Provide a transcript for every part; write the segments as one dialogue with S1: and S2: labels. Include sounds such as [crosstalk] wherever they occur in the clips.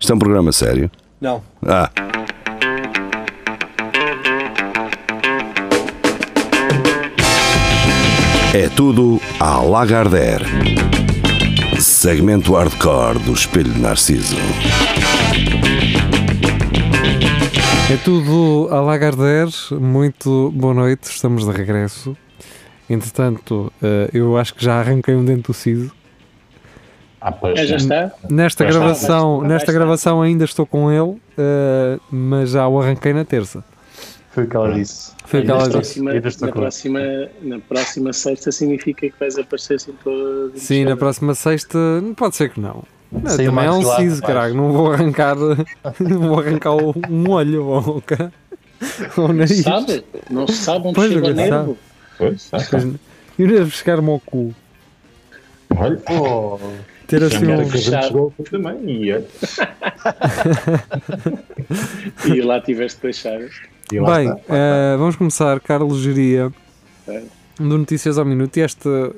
S1: Isto é um programa sério.
S2: Não.
S1: Ah, é tudo à Lagardère. Segmento hardcore do Espelho de Narciso.
S3: É tudo a Lagardère, muito boa noite, estamos de regresso. Entretanto, eh, eu acho que já arranquei um dente do siso.
S4: Ah, pois.
S2: É, já está.
S3: Nesta
S4: Já está,
S3: gravação,
S2: vai estar,
S3: nesta
S2: vai
S3: gravação ainda estou com ele, eh, mas já o arranquei na terça.
S4: Foi o que ela disse.
S3: Foi o que
S2: Na
S3: ela disse.
S2: próxima,
S4: Eu já estou
S2: na,
S4: com-
S2: próxima, na próxima sexta significa que vais aparecer assim todo.
S3: Sim, na próxima sexta, não pode ser que não. Não,
S4: Sem o
S3: também é um
S4: maxilar,
S3: siso,
S4: rapaz.
S3: caralho, não vou arrancar, [laughs] não vou arrancar o- um olho ou o ca- [laughs] ou o [laughs] nariz.
S2: Sabe? Não se sabe um onde
S3: Pois,
S2: chega o
S3: agora
S2: nervo.
S5: Pois, tá, tá.
S3: Eu ia buscar-me ao cu, [laughs]
S5: Olha,
S4: Oh,
S3: ter assim
S5: Era
S3: um...
S5: que a gente
S2: Fechado.
S5: chegou ao fim também. E, é, olha,
S2: E lá tiveste de deixar.
S5: e lá
S3: Bem,
S5: está.
S3: eh, vamos começar, Carlos Geria,
S2: É.
S3: do Notícias ao Minuto. E esta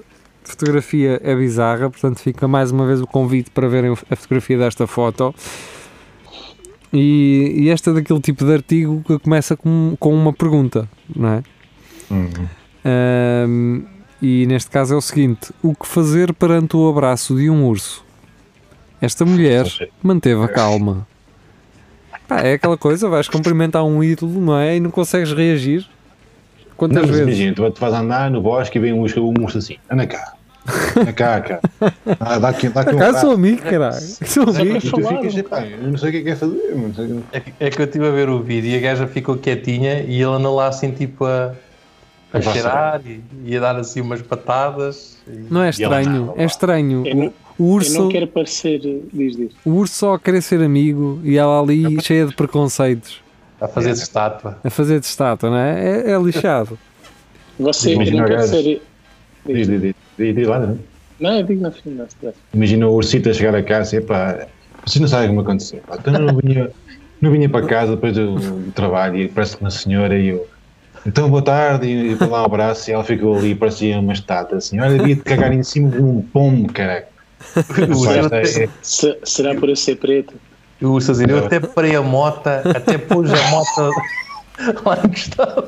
S3: fotografia é bizarra, portanto fica mais uma vez o convite para verem a fotografia desta foto. E, e esta é daquele tipo de artigo que começa com, com uma pergunta, não é?
S5: Hum,
S3: Ahm, e neste caso é o seguinte: o que fazer perante o abraço de um urso? Esta
S5: [laughs]
S3: mulher manteve a calma. Pá, é aquela coisa, vais cumprimentar um ídolo, não é? E não consegues reagir.
S5: Não,
S3: Quantas
S5: mas
S3: vezes?
S5: imagina, tu, tu vais andar no bosque e vem um urso, um urso assim, anda cá, anda
S3: [laughs]
S5: cá, cá. Ah, dá aqui, dá aqui um
S3: Cara, sou
S5: abraço.
S3: amigo, caralho. [laughs] Sou amigo.
S5: E tu ficas, "Epá, eu não sei o que é que é fazer. Não sei o que...
S4: é, que- é que eu estive a ver o vídeo e a gaja ficou quietinha e ele andou lá assim tipo a, a
S5: A passar.
S4: cheirar e, e a dar assim umas patadas. E...
S3: Não é estranho, é estranho.
S2: Eu não,
S3: O
S2: eu não
S3: urso,
S2: quero parecer. Diz, diz.
S3: o urso só a querer ser amigo e ela ali cheia de preconceitos,
S4: A fazer-se estátua.
S3: a fazer de estátua, não é? É, é lixado.
S2: Você, eu
S5: Imagina
S2: não quero
S5: gajos.
S2: ser.
S5: Diz, diz, diz, diz, diz lá, não é?
S2: Não, eu digo na fim, não se preocupe.
S5: Imagina o ursito a chegar a casa e pá, vocês não sabem o que me aconteceu. Pá, então eu não vinha, não vinha para casa depois do, do trabalho e parece uma senhora e eu. Então boa tarde, e eu vou lá um abraço e ela ficou ali, parecia uma estátua assim. Olha, devia de cagar em cima de um pombo, caraca.
S4: O
S5: Pá,
S4: urso,
S5: esta é- é-
S2: Se- será por eu ser preto?
S4: o urso a dizer, eu até parei a mota, até pus a mota [laughs] lá encostado.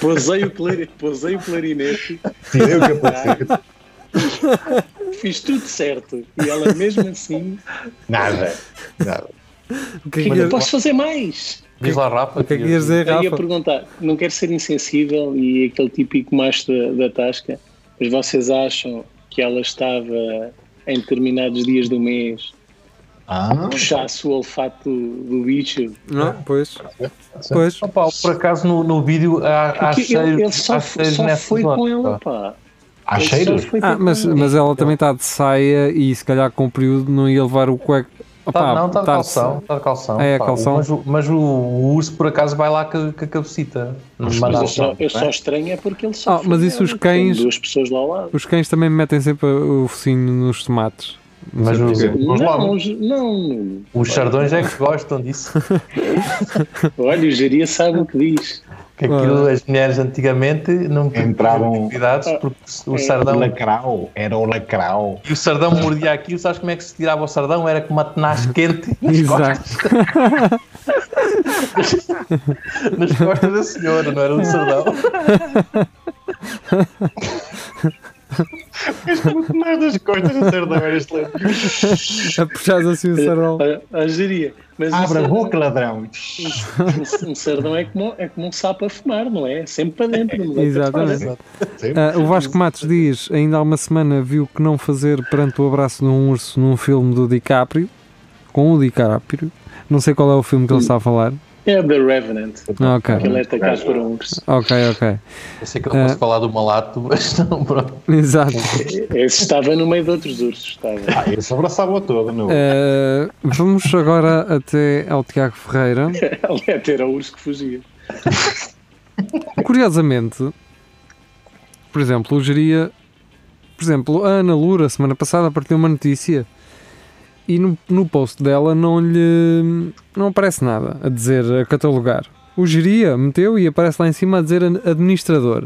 S2: Posei o, clari- posei o clarinete,
S5: tirei o capacete.
S2: fiz tudo certo. E ela, mesmo assim,
S5: Nada, nada.
S3: O
S2: o
S3: que é
S2: que
S3: que
S2: é que eu
S3: ia-
S2: posso fazer mais?
S4: Diz lá, Rafa.
S3: o que é que ias dizer,
S2: Eu ia
S3: Rafa?
S2: perguntar, não quero ser insensível e aquele típico macho da, da tasca, mas vocês acham que ela estava em determinados dias do mês
S5: Ah,
S2: a puxar-se o olfato do bicho?
S3: Não, pois. Pois.
S4: Opa, por acaso no, no vídeo há, há
S2: Porque ele,
S4: cheiros,
S2: ele só,
S4: há
S2: f-
S4: cheiros
S2: só
S4: nessa
S2: foi
S4: zona,
S2: com ela,
S4: pá.
S2: pá.
S5: há
S2: Ele só
S5: cheiros?
S2: foi
S3: Ah,
S2: com
S3: mas,
S2: ela.
S3: mas ela também está de saia e se calhar com o período não ia levar o cueco.
S4: Tá, não, está de
S3: tá
S4: calção, está de calção.
S3: É,
S4: pá.
S3: calção.
S4: Mas, o- mas o, o urso por acaso vai lá com, a- com a cabecita.
S2: Mas
S4: Manda
S2: eu só,
S4: ação,
S2: eu
S4: não
S2: só
S4: é?
S2: estranho é porque ele só
S3: Ah, mas isso os cães-
S2: duas pessoas lá ao lado.
S3: Os cães também metem sempre o focinho nos tomates.
S4: Mas o-
S5: Sim, porque-
S4: os,
S2: Não,
S4: lobos,
S2: os- não, Nuno.
S4: os sardões é que gostam disso.
S2: Olha, o Jeria sabe o que diz.
S4: Que aquilo,
S2: Ah.
S4: as mulheres antigamente não tinham
S5: Entravam-
S4: cuidados porque
S2: é.
S4: o
S5: O
S4: sardão.
S5: lacrau, era o lacrau.
S4: E o sardão mordia aquilo, sabes como é que se tirava o sardão? Era com uma tenaz quente [laughs] nas costas,
S3: [laughs] Exato.
S4: nas costas da senhora, não era um sardão.
S5: Mas das costas do sardão era excelente.
S3: A puxar assim o
S2: [laughs]
S3: sarol.
S2: Olha, A Jeria. Ah, Mas
S5: Abra a
S2: isso- é-
S5: boca, ladrão.
S2: Um, um sardão é como, é como um sapo a fumar, não é? Sempre para dentro. Não vai para fora.
S3: Exatamente. Ah, o Vasco Matos diz: ainda há uma semana viu que não fazer perante o abraço de um urso num filme do DiCaprio, com o DiCaprio. Não sei qual é o filme que ele está a falar.
S2: É The Revenant.
S3: Ah, ok,
S2: Que ele é atacado por um urso.
S3: ok, ok.
S4: Eu sei que eu
S2: Ah.
S4: posso falar do malato, mas não, pronto.
S3: Exato.
S2: Esse estava no meio de outros ursos. Estava.
S5: Ah, ele se abraçava todo, não.
S3: Ah, vamos agora até ao Tiago Ferreira.
S2: Ele é ter o urso que fugia.
S3: Curiosamente, por exemplo, o Geria, por exemplo, a Ana Lura, semana passada, partilhou uma notícia e no, no post dela não lhe não aparece nada a dizer, a catalogar. O Geria meteu e aparece lá em cima a dizer an- administrador.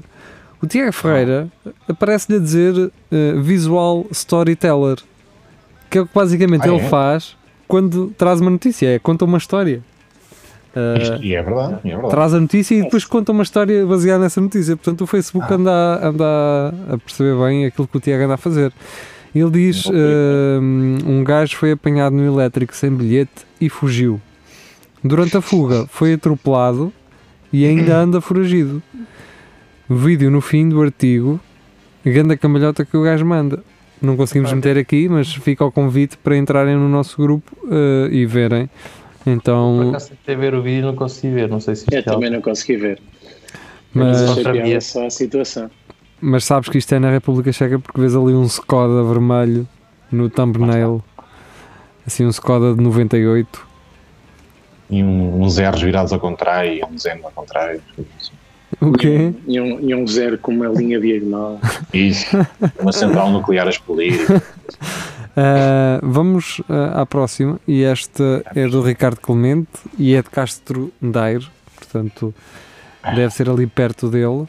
S3: O Tiago Ferreira aparece-lhe a dizer eh, visual storyteller, que é o que basicamente
S5: Ah,
S3: ele
S5: é?
S3: faz quando traz uma notícia, é conta uma história. Ah,
S5: Isto- e é verdade, e é verdade.
S3: traz a notícia e depois conta uma história baseada nessa notícia. Portanto, o Facebook
S4: Ah.
S3: anda, a- anda a- a perceber bem aquilo que o Tiago anda a fazer. Ele
S4: É
S3: diz:
S5: Ok.
S3: ah, um gajo foi apanhado no elétrico sem bilhete e fugiu. Durante a fuga, foi atropelado e
S4: [coughs]
S3: ainda anda foragido. Vídeo no fim do artigo, ganda cambalhota que o gajo manda. Não conseguimos meter aqui, mas fica o convite para entrarem no nosso grupo ah, e verem.
S4: Por
S3: Então,
S4: acaso tentei ver o vídeo e não consegui ver, não sei se isto
S2: Hum. Eu
S4: é
S2: também não consegui ver.
S3: mas-
S2: Mas
S4: Só
S2: chateava
S4: sabia.
S2: só a situação.
S3: Mas sabes que isto é na República Checa porque vês ali um Skoda vermelho no thumbnail. Assim, um Skoda de 98.
S5: E um- uns erros virados ao contrário, e uns M's ao contrário.
S3: O
S5: [laughs]
S3: quê?
S2: E um, e um zero com uma linha diagonal.
S3: [laughs]
S5: Isso. Uma central nuclear a explodir.
S3: Ah, vamos ah, à próxima. E esta é do Ricardo Clemente e é de Castro Daire. Portanto, deve ser ali perto dele.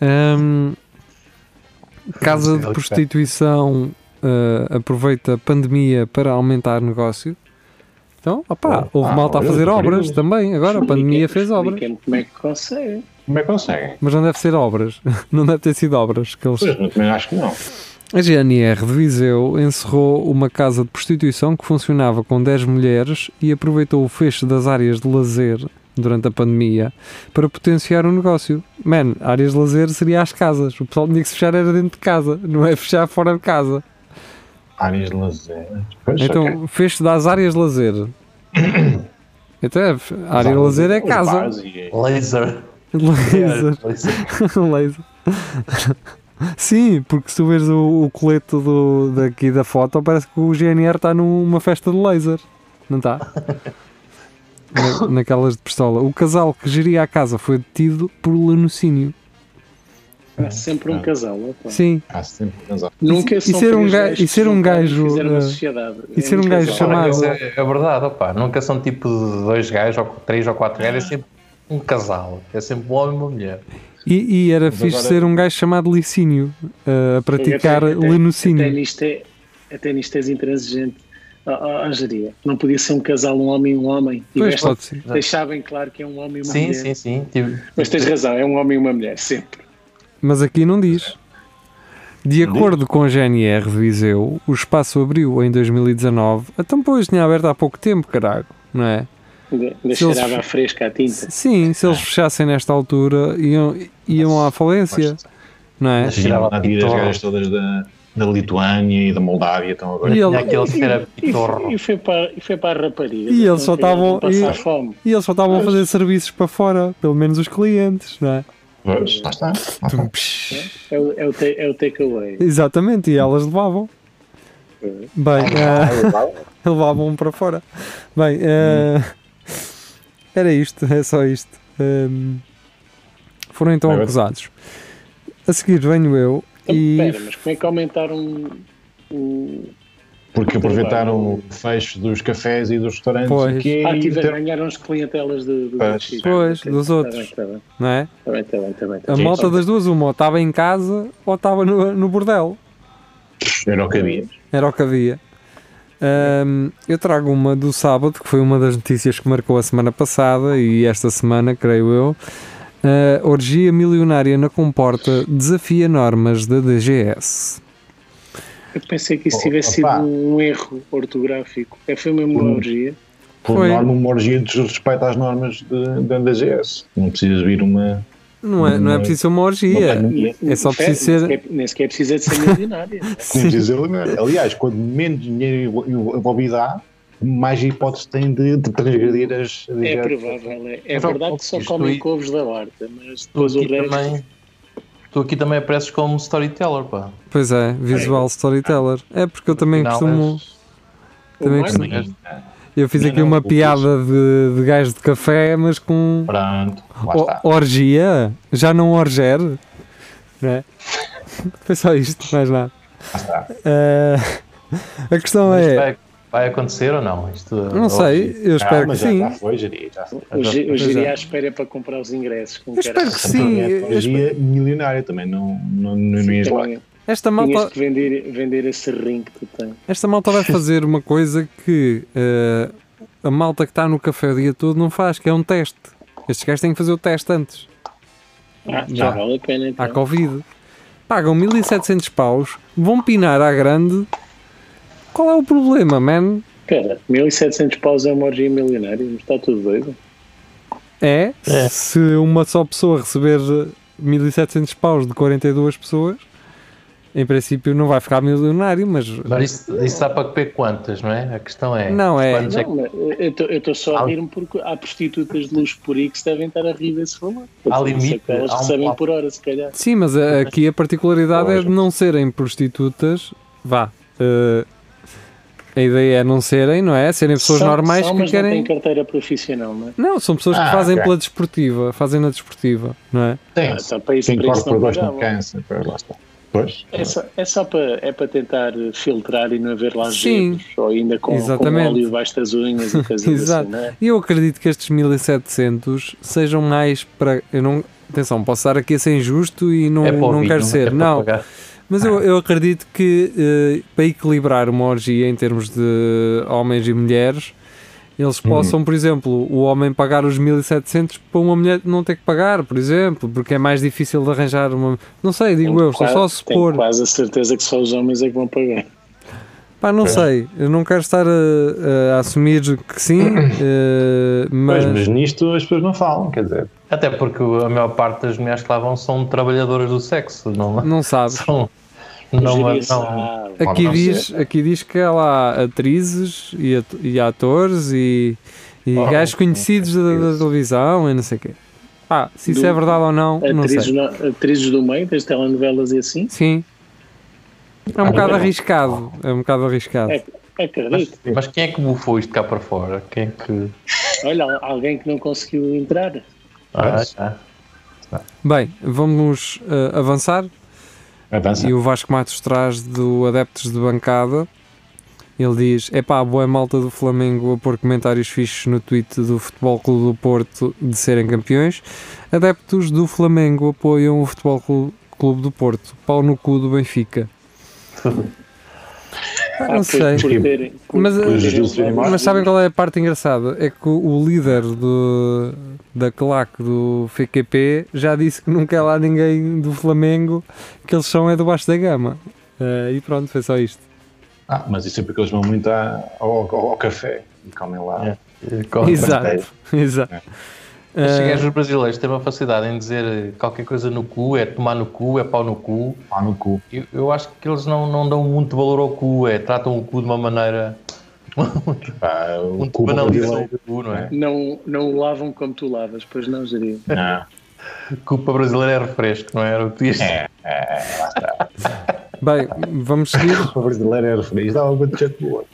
S3: Ahm, casa de prostituição ah, aproveita a pandemia para aumentar negócio. Então, opá, houve
S5: Ah,
S3: malta a
S5: olha,
S3: fazer
S5: incrível.
S3: obras também. Agora, a pandemia fez obras.
S2: Expliquem-me como é que consegue.
S5: Como é que conseguem?
S3: Mas não deve ser obras. [laughs] Não deve ter sido obras. Que eles...
S5: Pois, eu também acho que não.
S3: A GNR de Viseu encerrou uma casa de prostituição que funcionava com 10 mulheres e aproveitou o fecho das áreas de lazer durante a pandemia para potenciar o negócio. Man, áreas de lazer seria as casas. O pessoal tinha que se fechar era dentro de casa, [laughs] não é fechar fora de casa.
S5: Áreas de lazer. Pois, é ok.
S3: Então, fecho das áreas de
S5: [coughs]
S3: lazer. Então, é, a área de lazer é
S5: Os
S3: casa.
S5: bares e-
S4: Laser. É,
S3: Laser.
S2: [laughs]
S4: Laser.
S3: [laughs] Um laser. Sim, porque se tu vês o, o colete do, daqui da foto, parece que o GNR está numa festa de laser, não
S5: [laughs]
S3: está? Na- naquelas de pistola. O casal que geria a casa foi detido por lenocínio.
S2: Há sempre um casal. opa.
S3: Ah. Sim,
S5: Há sempre razão.
S2: Nunca
S3: E- e
S2: são
S3: ser um
S2: três
S3: ga-
S2: gajos
S3: e ser
S2: que
S3: um
S2: juntam
S3: gajo,
S2: fizeram
S3: eh,
S2: uma sociedade. É
S3: e ser um gajo
S2: casal.
S3: chamado-
S4: Isso é, é verdade, opá. Nunca são tipo dois gajos, ou três ou quatro gajos, é sempre um casal. É sempre um homem e uma mulher.
S3: e, e era
S5: Mas
S3: fixe
S5: agora-
S3: ser um gajo chamado Licínio eh, a praticar
S2: Até- até- Até
S3: lenocínio.
S2: nisto, é, até nisto és intransigente. Ah, Ó, ó, ó, Jeria, não podia ser um casal, um homem e um homem.
S3: Pois
S2: Tiveste-
S3: pode ser.
S2: Deixar bem claro que é um homem e uma
S4: Sim,
S2: mulher.
S4: sim, sim. Tipo,
S2: Mas tens razão, é um homem e uma mulher, sempre.
S3: Mas aqui não diz. De acordo com a GNR de Viseu, o espaço abriu em 2019. Então, pois, tinha aberto há pouco tempo, caralho, não é?
S2: Ainda ainda
S3: Se eles-
S2: cheirava à fresca a tinta.
S3: S- Sim, se eles fechassem nesta altura, iam, iam à falência, não é?
S4: Mas tirava
S5: Imagina, as
S4: pitorro.
S5: gajas todas da, da Lituânia e da Moldávia estão agora.
S3: E
S4: tinha
S3: ele-
S4: aquele que era
S2: E, foi-
S4: pitorro.
S2: e foi para, e foi para a rapariga.
S3: E eles só estavam-
S2: Passar
S3: e-
S2: fome.
S3: E eles só estavam a fazer serviços para fora, pelo menos os clientes, não é?
S5: Pois, lá está. Lá está.
S2: É o, é o, ta- é o takeaway.
S3: Exatamente, e elas levavam. Bem, ah, [laughs] levavam um para fora. Bem, ah, era isto, é só isto. Ahm, foram então
S5: Agora-
S3: acusados. A seguir venho eu e.
S2: Espera, mas como é que aumentaram o.
S5: Porque aproveitaram o fecho dos cafés e dos restaurantes
S3: Pois.
S5: aqui
S2: Ah,
S5: e
S2: tiveram,
S5: meteram-
S2: ganharam as clientelas do, do
S5: Pois.
S2: Chico.
S3: Pois,
S2: Ok,
S3: dos
S2: tá
S3: outros.
S2: bem, tá bem,
S3: Não é?
S2: tá bem, tá bem, tá bem, tá
S3: A
S2: bem.
S3: malta das duas, uma, ou estava em casa ou estava no, no bordel.
S5: era o que havia.
S3: Era o que havia. Ahm, eu trago uma do sábado, que foi uma das notícias que marcou a semana passada e esta semana, creio eu. Ah, orgia milionária na comporta desafia normas da DGS.
S2: Eu pensei que isso
S5: Oh,
S2: tivesse sido
S5: opa.
S2: um erro ortográfico. É, foi mesmo uma
S5: Hum.
S2: orgia.
S5: Por
S3: Foi.
S5: norma, uma orgia de respeito às normas de- da DGS. Não precisas vir uma.
S3: Não é, não é
S5: Não.
S3: preciso ser uma
S5: Não
S3: orgia. [laughs]
S5: tenho-
S3: É só
S2: Espera,
S3: preciso ser-
S2: Nem sequer, nem sequer precisa de ser milionária.
S5: Como diz ele, né? aliás, quanto menos dinheiro envo- envolvido há, mais hipóteses tem de, de transgredir as.
S2: é
S5: as-
S2: provável. É, é
S4: Mas, ó,
S2: verdade que só
S4: isto
S2: comem
S4: aí-
S2: couves da horta, mas
S4: Tu
S2: depois o
S4: aqui
S2: resto.
S4: também. Tu aqui também apareces como storyteller, pá.
S3: Pois é, visual storyteller. É porque eu também
S4: Afinal,
S3: costumo.
S4: és-
S2: o
S3: também
S2: Marco-
S3: costumo-
S4: és-
S3: Eu fiz
S5: Não,
S3: aqui
S5: não,
S3: uma
S5: o-
S3: piada de, de gajo de café, mas com.
S5: Pronto, lá
S3: O-
S5: está.
S3: orgia? Já não orger? Não é? Foi só isto, mais nada.
S5: está.
S3: Eh, [laughs] a questão
S4: Isto
S3: é.
S4: vai, vai acontecer ou não? Isto, eh,
S3: Não sei, eu espero
S5: Ah,
S3: que
S5: mas já,
S3: sim.
S5: já foi, Jari, já foi.
S2: O Gi- o
S3: Pois
S2: Giri
S3: é.
S2: à espera para comprar os ingressos. Com
S3: Eu espero que
S2: caralho.
S3: sim.
S5: Então, é a
S3: eu-
S5: orgia milionária também, não, é não, não, não ias lá.
S2: Também-
S3: Esta
S2: Tinhas
S3: malta,
S2: que vender, vender esse rim que tu tens.
S3: esta malta vai fazer uma coisa que eh, a malta que está no café o dia todo não faz, que é um teste. Estes gajos têm que fazer o teste antes.
S2: Ah, já
S3: Já.
S2: vale a pena.
S3: à
S2: Então.
S3: Covid. Pagam 1700 paus, vão pinar à grande. Qual é o problema, man?
S2: Cara, 1700 paus é uma orgia milionária, mas está tudo doido.
S3: É,
S4: É.
S3: se uma só pessoa receber 1700 paus de 42 pessoas, em princípio não vai ficar milionário, mas.
S4: Mas isso, isso dá para comer quantas, não é? A questão é.
S3: Não, é-
S4: quantos que-
S2: Não, mas eu estou- eu estou só a
S4: Há-
S2: rir-me porque há prostitutas de luxo por aí que se devem estar a rir desse valor.
S4: Há limite,
S2: Só que Elas
S4: há um-
S2: recebem
S4: há-
S2: por hora, se calhar.
S3: Sim, mas a- aqui a particularidade é de não serem prostitutas. Vá. eh, a ideia é não serem, não é? Serem pessoas
S2: São-
S3: normais
S2: são,
S3: que
S2: mas
S3: querem.
S2: não têm carteira profissional, não é?
S3: Não, são pessoas que
S5: Ah,
S3: fazem
S5: ok.
S3: pela desportiva, fazem na desportiva, não é?
S5: Tem,
S2: Ah, tá, para isso-
S5: quem
S2: para
S5: corre
S2: isso
S5: por
S2: não
S5: baixo não
S2: pagava.
S5: cansa. pá, Lá está. Pois.
S2: É só, é só para, é para tentar filtrar e não haver
S3: Sim.
S2: lajedos, ou ainda com, com
S3: Exatamente.
S2: óleo debaixo das
S3: [laughs]
S2: unhas e coisas
S3: Exato.
S2: assim, não é?
S3: E eu acredito que estes 1700 sejam mais para. Eu não, atenção, posso estar aqui a ser injusto e não,
S4: é para o
S3: não
S4: vinho,
S3: quero
S4: é
S3: ser.
S4: para
S3: Não,
S4: pagar.
S3: mas eu, eu acredito que eh, para equilibrar uma orgia em termos de homens e mulheres, eles possam, por exemplo, o homem pagar os 1700 para uma mulher não ter que pagar, por exemplo, porque é mais difícil de arranjar uma. Não sei, digo eu, estou
S2: Tenho
S3: só a
S2: quase-
S3: supor.
S2: Tenho quase a certeza que só os homens é que vão pagar.
S3: Pá, não sei, eu não quero estar a, a assumir que sim, eh,
S5: Pois, mas nisto as pessoas não falam, quer dizer.
S4: Até porque a maior parte das mulheres que lá vão são trabalhadoras do sexo, não, é?
S3: Não sabe.
S4: [laughs] são. [laughs] Não, é-
S2: Geria
S4: não,
S2: sabe.
S3: Aqui
S5: não
S3: diz, aqui diz que há lá atrizes e, at- e atores e, e
S4: Oh,
S3: gajos conhecidos da, da televisão e não sei o quê. Ah, se isso
S2: Do-
S3: é verdade ou não, não
S2: Atrizes,
S3: sei.
S2: no- atrizes do meio, das telenovelas e assim.
S3: Sim. É um bocado arriscado. É um bocado arriscado.
S2: Ah, É, acredito.
S4: mas quem é que bufou isto cá para fora? Quem é que.
S2: Olha, al- alguém que não conseguiu entrar.
S4: Ah,
S5: Pois.
S4: já.
S3: Bem, vamos eh, avançar.
S5: Avança.
S3: E o Vasco Matos traz do Adeptos de Bancada. Ele diz: é pá, boa malta do Flamengo a pôr comentários fixos no tweet do Futebol Clube do Porto de serem campeões. Adeptos do Flamengo apoiam o Futebol Clu- Clube do Porto. Pau no cu do Benfica. Ah, não
S2: Ah, pois,
S3: sei.
S2: Por terem, por,
S3: Mas,
S2: por
S3: eh,
S2: terem
S5: Mas
S2: levado-
S3: Mas sabem qual é a parte engraçada? É que o líder do, da claque do FQP já disse que nunca é lá ninguém do Flamengo, que eles são é do baixo da gama. Eh, e pronto, foi só isto.
S5: Ah, mas isso é porque eles vão muito à- ao, ao- ao café e comem lá.
S4: É.
S3: [laughs]
S4: Qual-
S3: Exato, exato.
S4: Mas se
S3: Eh,
S5: Ah.
S4: gajos brasileiros têm uma facilidade em dizer qualquer coisa no cu, é tomar no cu, é pau no cu.
S5: Lá no cu.
S4: Eu, eu acho que eles não, não dão muito valor ao cu, é tratam o cu de uma maneira.
S5: Pá, Ah, o
S4: Muito
S5: cu
S4: banalizam
S5: brasileiro.
S4: o cu, não é?
S2: Não, não o lavam como tu lavas, pois não, Jeria.
S5: Não.
S4: O cu para brasileiro é refresco, não é? Era o que diz.
S5: É.
S3: bem, vamos seguir.
S5: O brasileiro era feliz. Dá algo de jeito boa.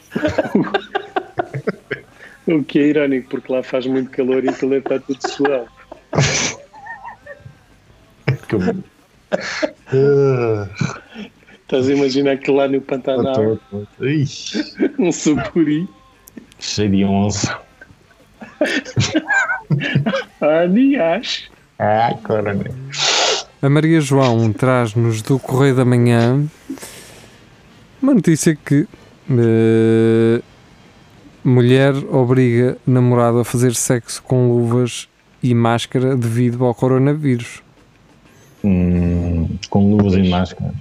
S2: O que é irónico, porque lá faz muito calor e aquilo está tudo suado.
S5: [laughs] Que bom. Ah,
S2: Estás a imaginar que lá no Pantanal,
S5: tô- tô- tô- Ixi,
S2: um sucuri.
S5: Cheio de onça.
S2: Ah, nem acho.
S5: Ah, claramente.
S3: A Maria João traz-nos do Correio da Manhã uma notícia que eh, mulher obriga namorado a fazer sexo com luvas e máscara devido ao coronavírus.
S5: Hum, com luvas e máscara.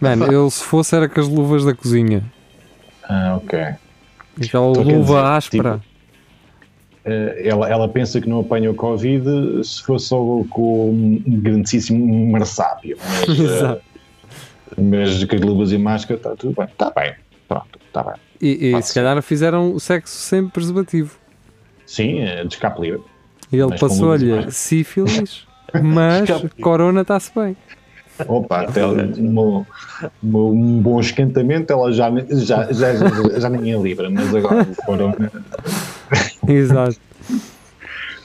S3: Mano, eu se fosse era com as luvas da cozinha.
S5: Ah, ok.
S3: Aquela
S5: Então, quer
S3: luva
S5: dizer,
S3: áspera.
S5: Eh, ela, ela pensa que não apanha o Covid se for só com um grandíssimo marsápio. [laughs] Mas, eh,
S3: Exato.
S5: mas com as luvas e máscara está tudo bem. Está bem. Pronto, está bem.
S3: E, e
S5: pode
S3: se
S5: ser.
S3: calhar fizeram o sexo sem preservativo.
S5: Sim, eh, de escape livre.
S3: E ele
S5: Mas com luvas é? e
S3: passou-lhe
S5: máscara.
S3: sífilis,
S5: [laughs]
S3: mas corona está-se bem.
S5: Opa, até um, um- um bom esquentamento, ela já, já, já, já, já ninguém livra, mas agora o corona
S3: Exato.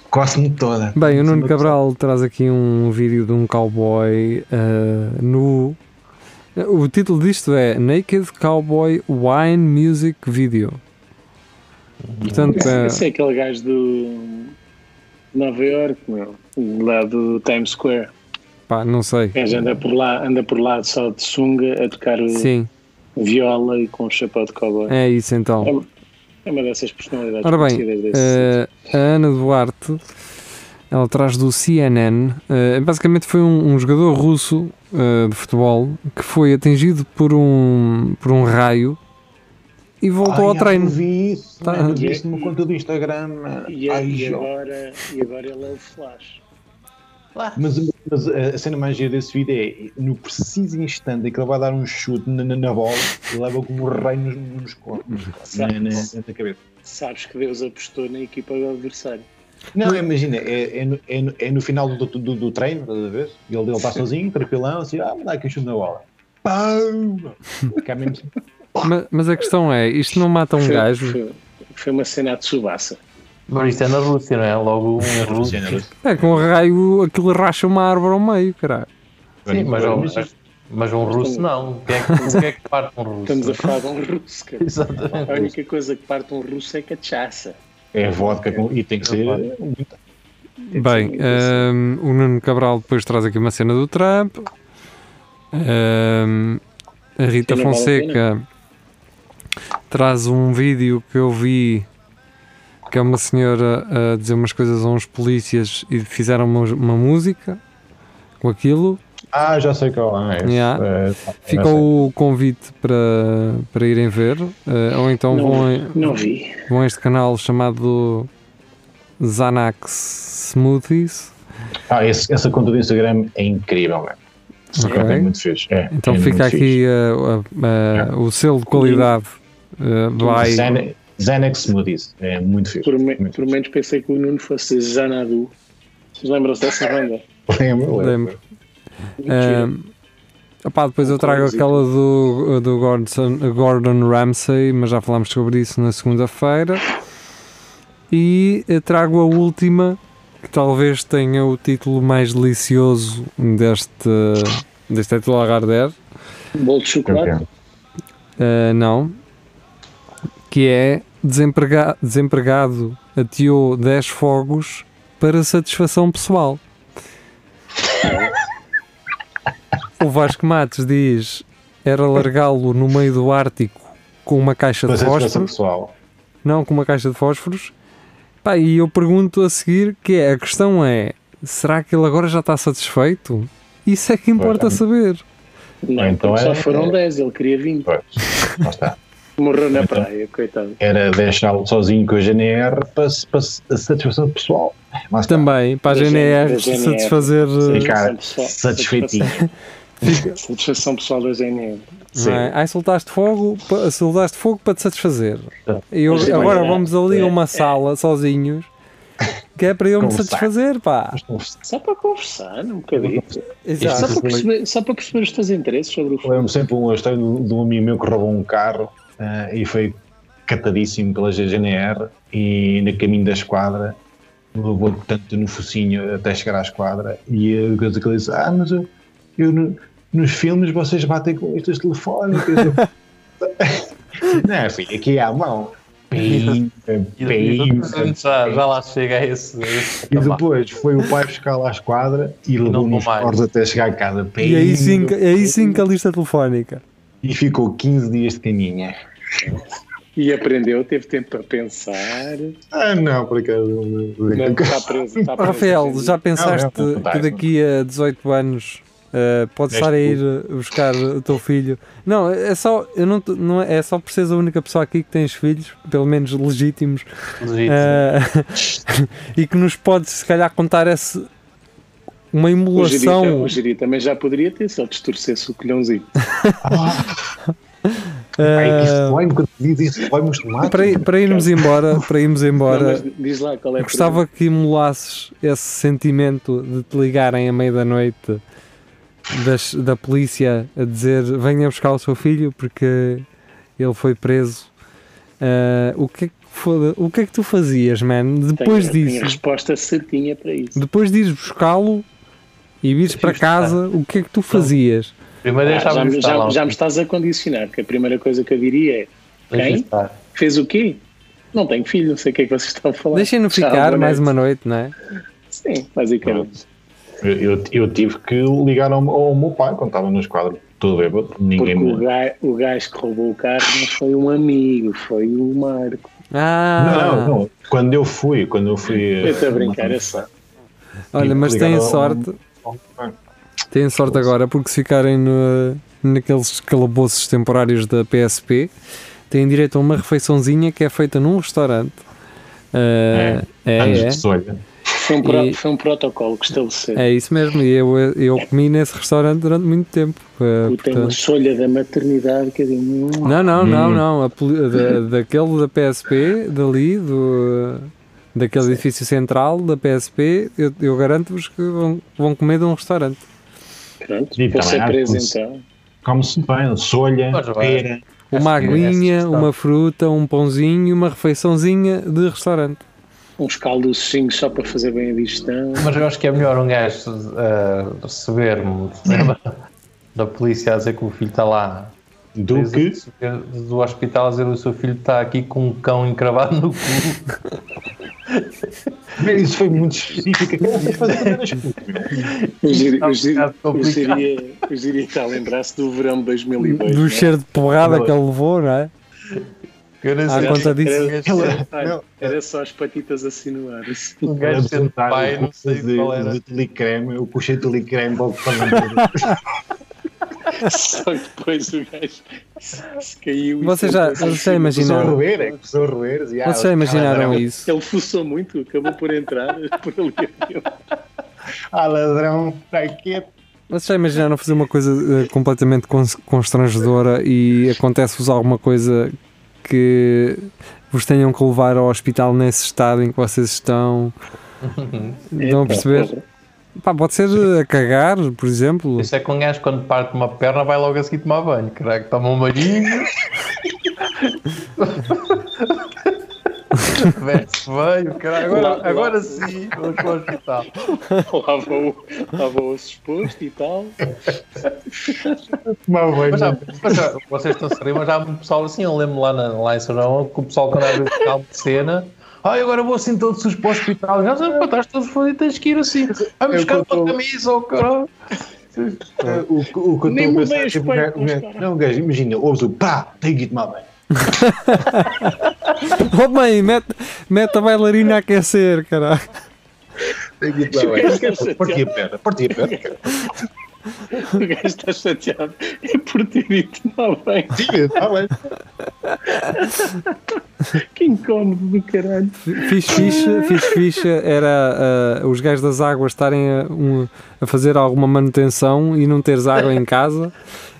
S5: coce-me toda.
S3: Bem, o Nuno Cabral traz aqui um vídeo de um cowboy eh, nu. O título disto é Naked Cowboy Wine Music Video. Portanto, eh,
S2: Esse é aquele gajo do de Nova York, meu. Lá do Times Square.
S3: Pá, não sei.
S2: gajo anda por lá, anda por lá só de sunga a tocar o
S3: Sim,
S2: viola e com um chapéu de cowboy.
S3: é isso então.
S2: É uma dessas personalidades
S3: Ora bem,
S2: conhecidas desse
S3: eh, a Ana Duarte, ela traz do CNN, eh, basicamente foi um, um jogador russo eh, de futebol que foi atingido por um, por um raio e [laughs] voltou ao
S5: Ai,
S2: um
S5: Eu
S3: treino.
S5: vi isso,
S3: Tá.
S5: mano, vi isso numa conta do Instagram. mano.
S2: E, é,
S5: Ai,
S2: e
S5: jo-
S2: agora, e agora ele é o Flash.
S5: Mas, mas a cena mais gira desse vídeo é no preciso instante em que ele vai dar um chute na, na- na bola e leva como um rei nos, nos cornos, na, na, na cabeça.
S2: Sabes que Deus apostou na equipa do adversário.
S5: Não, imagina, é, é no, é no- é no final do, do, do- do treino, estás a ver? E ele, ele está sozinho, tranquilão, assim, ah, me dá aqui um chute na bola. [laughs] Pau! Cá mesmo,
S3: Ma- Mas a questão é, isto não mata um
S2: Foi-
S3: gajo?
S2: Foi, foi uma cena de subaça.
S4: Mas isto é na Rússia, não é? Logo
S5: [laughs]
S4: um russo.
S5: Sim,
S3: É, com o raio aquilo racha uma árvore ao meio, caralho.
S4: Sim, mas, um- mas, um russo não. Quem é que, quem
S2: [laughs]
S4: é que parte um russo?
S2: Estamos a falar de um russo, cara. A
S4: [laughs] Exatamente.
S2: única coisa que parte um russo é cachaça.
S5: É vodka com, e tem que ser.
S3: Bem, hum, o Nuno Cabral depois traz aqui uma cena do Trump. Hum, a Rita
S2: Cena vale a
S3: Fonseca traz um vídeo que eu vi que é uma senhora a dizer umas coisas a uns polícias e fizeram uma, uma música com aquilo.
S5: Ah, já sei qual é. esse.
S3: Yeah.
S5: É,
S3: Fica
S5: já sei.
S3: o convite para, para irem ver, eh, ou então
S2: Não.
S3: vão, em-
S2: Não vi.
S3: vão a este canal chamado Xanax Smoothies.
S5: Ah, esse- essa conta do Instagram é incrível, mano. Essa
S3: Ok.
S5: conta É muito fixe. é,
S3: Então
S5: é
S3: fica
S5: muito fixe.
S3: aqui eh, a- a- o selo de qualidade eh, vai.
S5: Xanax- Xanax Smoothies. É muito fixe.
S2: Por, me-
S5: muito
S2: por menos pensei que o Nuno fosse Zanadu. Vocês lembram-se dessa banda?
S5: fixe. [laughs] Lembro,
S3: Lembro.
S5: lembro.
S2: é
S3: Ehm,
S2: Mentira.
S3: Ah, pá, depois eu trago
S2: Música.
S3: aquela do, eh, do Gordon, Gordon Ramsay, mas já falámos sobre isso na segunda-feira. E eu trago a última, que talvez tenha o título mais delicioso deste, deste Eto Lagardère.
S2: Um Bolo de chocolate?
S3: Ah, não. Que é desemprega desempregado ateou 10 fogos para satisfação pessoal. o Vasco Matos diz era largá-lo no meio do Ártico com uma caixa de
S5: Mas é a situação
S3: fósforos.
S5: pessoal.
S3: Não, com uma caixa de fósforos. Pá, e eu pergunto a seguir que é, a questão é, será que ele agora já está satisfeito? Isso é que importa
S5: Pois.
S3: saber.
S2: Não,
S5: Então
S2: porque
S5: é-
S2: só foram 10, ele queria 20.
S5: Pois, lá está.
S2: Morreu na
S5: Então-
S2: praia, coitado.
S5: Era deixá-lo sozinho com a GNR para, para a satisfação pessoal. Lá está.
S3: Também, para a
S2: Da
S3: GNR,
S2: GNR.
S3: satisfazer... eh,
S5: Ficar
S2: Satisfação pessoal.
S5: satisfeitinho.
S2: Satisfação pessoal da GNR.
S5: Sim.
S3: Não é? Ai, soltaste fogo, pa- soltaste fogo para te satisfazer. E eu-
S5: Mas depois,
S3: agora
S5: é,
S3: vamos ali a
S5: é,
S3: uma sala sozinhos que é para eu me
S5: Conversar.
S3: satisfazer, pá.
S2: Só para conversar, um bocadinho. Só
S3: Exato.
S2: para, perceber, só para perceber os teus interesses sobre o futebol.
S5: Lembro-me sempre uma história de de um amigo meu que roubou um carro ah, e foi catadíssimo pela GNR e no caminho da esquadra levou tanto no focinho até chegar à esquadra e a coisa que ele disse, ah, mas eu, eu no- nos filmes vocês batem com estas telefónicas. [laughs] Não, filho, aqui é à mão. Pim,
S4: E,
S5: pim.
S4: e, já, já lá chega a esse. a esse
S5: É E
S4: patamar.
S5: depois foi o pai buscar lá à esquadra e
S4: não
S5: levou
S4: vou
S5: nos
S4: mais.
S5: cordes até chegar a casa. Pim,
S3: E aí sim, que- aí sim que a lista telefónica.
S5: E ficou 15 dias de caminho.
S2: E aprendeu, teve tempo para pensar.
S5: Ah, não, por acaso.
S2: Não,
S5: não.
S2: está preso. Está preso
S3: Rafael, já pensaste
S5: Ah, Não, não, não, não.
S3: que daqui a 18 anos eh, podes
S5: Neste
S3: estar a ir eh, buscar o teu filho? Não, é só, eu não, te- não é é só por seres a única pessoa aqui que tens filhos, pelo menos legítimos,
S4: Legítimo.
S3: Ah, Eh, [laughs] e que nos podes, se calhar, contar esse, uma
S2: O Giri,
S3: emulação.
S2: o Giri também já é um poderia ter, se ele distorcesse o colhãozinho.
S5: Ai,
S3: ah,
S5: isso dói-me quando diz isso, dói-me os tomates.
S3: para, i- para irmos embora, para irmos
S2: Não,
S3: embora,
S2: mas diz lá qual é a
S3: gostava que emulasses esse sentimento de te ligarem à meia da noite das- da polícia a dizer venha buscar o seu filho porque ele foi preso. Ah, o, que é que, foda- o que é que tu fazias, mano,
S2: pergunta.
S3: depois
S2: Tenho-
S3: disso?
S2: Tenho a resposta certinha para isso.
S3: Depois de ires buscá-lo e vires para casa, o que é que tu fazias?
S4: Primeiro
S2: Ah, já,
S4: deixava
S2: me-
S4: estar
S2: já-
S4: lá.
S2: já me estás a condicionar, que a primeira coisa que eu diria é
S4: Deixa
S2: quem?
S4: estar.
S2: fez o quê? Não tenho filho, não sei o que é que vocês estão a falar.
S3: Deixem-no
S2: Tchau,
S3: ficar
S2: boa
S3: mais
S2: noite.
S3: uma noite, não é?
S2: Sim, basicamente.
S5: Eu, eu, eu tive que ligar ao, ao meu pai quando estava no esquadro, tudo bêbado,
S2: Porque
S5: ninguém
S2: o
S5: me.
S2: gajo, o gajo que roubou o carro não foi um amigo, foi o Marco.
S3: Ah,
S5: Não, não, quando eu fui, quando eu fui. eh,
S2: Eu estou a brincar, é só.
S3: olha, mas
S5: Ligar
S3: têm
S5: ao-
S3: sorte, têm sorte agora, porque se ficarem no- naqueles calabouços temporários da PSP, têm direito a uma refeiçãozinha que é feita num restaurante. Ah, é,
S5: Anos
S3: é.
S5: de solha.
S2: Foi um, pro-
S3: E-
S2: foi um protocolo que estabeleceu.
S3: É isso mesmo, e eu, eu comi nesse restaurante durante muito tempo. eh,
S2: Eu tenho uma
S3: portanto-
S2: solha da maternidade, quer dizer, hum,
S3: Não, não, não, não. a poli-
S4: [laughs]
S3: da, daquele da PSP, dali, do, eh, daquele edifício central da PSP, eu, eu garanto-vos que vão, vão comer de um restaurante.
S2: pronto,
S5: E
S2: vou
S5: também
S2: ser
S5: há
S2: preso
S5: cons-
S2: então.
S5: Come-se bem, solha,
S4: Pois vai.
S5: pera.
S3: Uma
S4: Essa-
S3: aguinha,
S4: essa questão.
S3: uma fruta, um pãozinho e uma refeiçãozinha de restaurante.
S2: Uns caldocinhos só para fazer bem a digestão.
S4: Mas eu acho que é melhor um gajo eh,
S3: [laughs]
S4: receber-me da- da polícia a dizer que o filho está lá.
S5: Do
S4: Receber
S5: que?
S4: Do hospital a dizer que o seu filho está aqui com um cão encravado no cu.
S5: Isso foi muito específico. Aquilo foi fazer nas putas, meu.
S2: Eu diria-
S4: Está um
S2: eu diria-
S4: bocado
S2: eu
S4: complicado.
S2: diria- eu diria que está a lembrar-se do verão de 2002.
S4: é.
S3: Do
S2: né?
S3: cheiro de porrada que ele levou, não é?
S4: Eu nem
S3: À
S4: sei
S3: conta disso.
S4: se o um gajo-
S2: Era, era- era só as patitas a sinuar.
S3: [laughs]
S4: o gajo um sendo
S5: apresentar um
S4: pai,
S5: o
S4: não sei
S5: curso de-
S4: qual era.
S5: de telecreme, o puxei
S3: [laughs]
S5: telecreme para o panamento.
S2: Só que depois o gajo se, se caiu e
S3: Vocês já,
S4: é
S2: sentou-se em
S3: vocês já
S5: Começou
S2: cima.
S5: a
S3: imaginaram,
S5: roer, é que começou a roer. e, ah,
S3: vocês já imaginaram
S5: ah,
S3: isso?
S2: Ele fuçou muito, acabou por entrar por ali. [laughs]
S5: Ah, ladrão, tá fraquete.
S3: Vocês já imaginaram fazer uma coisa eh, completamente cons- constrangedora e acontece-vos alguma coisa que vos tenham que levar ao hospital nesse estado em que vocês estão? Estão a perceber? Pá, pode ser eh, a cagar, por exemplo.
S4: Isso é que um gajo quando parte uma perna vai logo a seguir tomar banho, caraca, toma um banhinho.
S3: [laughs]
S4: Veste banho, caralho, agora, agora sim, vou para o hospital.
S2: Lava o- lava o osso exposto e tal.
S5: Uma
S4: Mas já,
S5: banha.
S4: mas já- vocês estão a rir, mas já há um pessoal assim, eu lembro lá, na, lá em São João, que o pessoal quando abre o hospital de cena, ai agora vou assim todo sujo para o hospital, já sabes, pá, estás todo fodido, tens que ir assim, vai buscar a tua
S5: controlo.
S4: camisa, ou caralho.
S5: É, O, que- o que eu
S2: Nem
S5: estou a
S2: mudei
S5: pensar,
S2: os
S5: tipo, o gajo- o
S2: peitos,
S5: gajo- Não, gajo, imagina, ouves o pá, tem que ir tomar banho.
S3: Oh mãe, mete, mete a bailarina a aquecer, caralho.
S5: Tem que ir tomar
S2: gajo
S5: banho.
S2: quer chatear.
S5: Parti a perna, parti a perna. cara.
S2: O gajo está chateado. É por ter ido tomar bem.
S5: Tinha, está é, tá bem.
S2: Que incómodo do caralho.
S3: Fiz ficha, fiz ficha, era ah, os gajos das águas estarem a, um- a fazer alguma manutenção e não teres água em casa.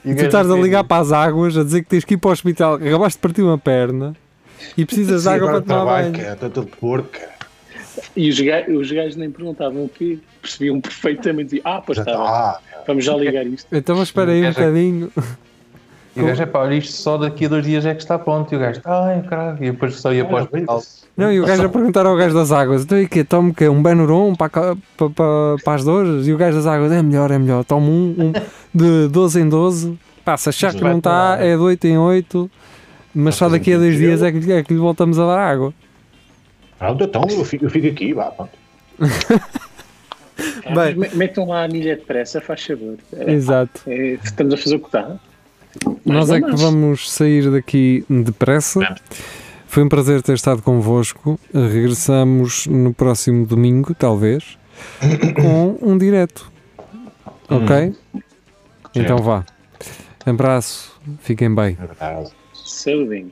S3: E tu
S4: gajo
S3: estás a
S4: entende.
S3: ligar para as águas, a dizer que tens que ir para o hospital, que acabaste de partir uma perna e precisas de água para tomar banho.
S5: Está todo porca.
S2: E os ga- os gajos, nem perguntavam o quê. Percebiam perfeitamente. Ah, pois
S5: Já tá.
S2: está bem.
S5: está.
S2: Vamos já
S3: [laughs]
S2: ligar isto.
S3: Então espera aí um
S4: é. Gajo-
S3: bocadinho.
S4: E o gajo é pá, olha isto só daqui a dois dias é que está pronto, e o gajo, ai caralho, e depois só ia para o hospital.
S3: Não, e o gajo a perguntar ao gajo das águas: então e quê? Toma o quê? Um Benuron para, ca- para, para, para as dores? E o gajo das águas: é melhor, é melhor, toma um, um de 12 em 12. Pá, se achar que
S5: Vai
S3: não está,
S4: tomar.
S3: é de 8 em 8. Mas só daqui a dois dias é que, lhe- é que lhe voltamos a dar água.
S5: Pronto, então eu fico, eu fico aqui, vá, pronto.
S2: Ah,
S3: Bem.
S2: me- Metam lá a milha depressa, faz favor. É,
S3: Exato.
S2: é, estamos a fazer o que tá. está.
S3: Nós é
S2: não
S3: que
S2: mais.
S3: vamos sair daqui depressa. Foi um prazer ter estado convosco. Regressamos no próximo domingo, talvez, com um direto. Ok? Então vá. Abraço. Fiquem bem.
S5: É verdade.
S2: Saudinho.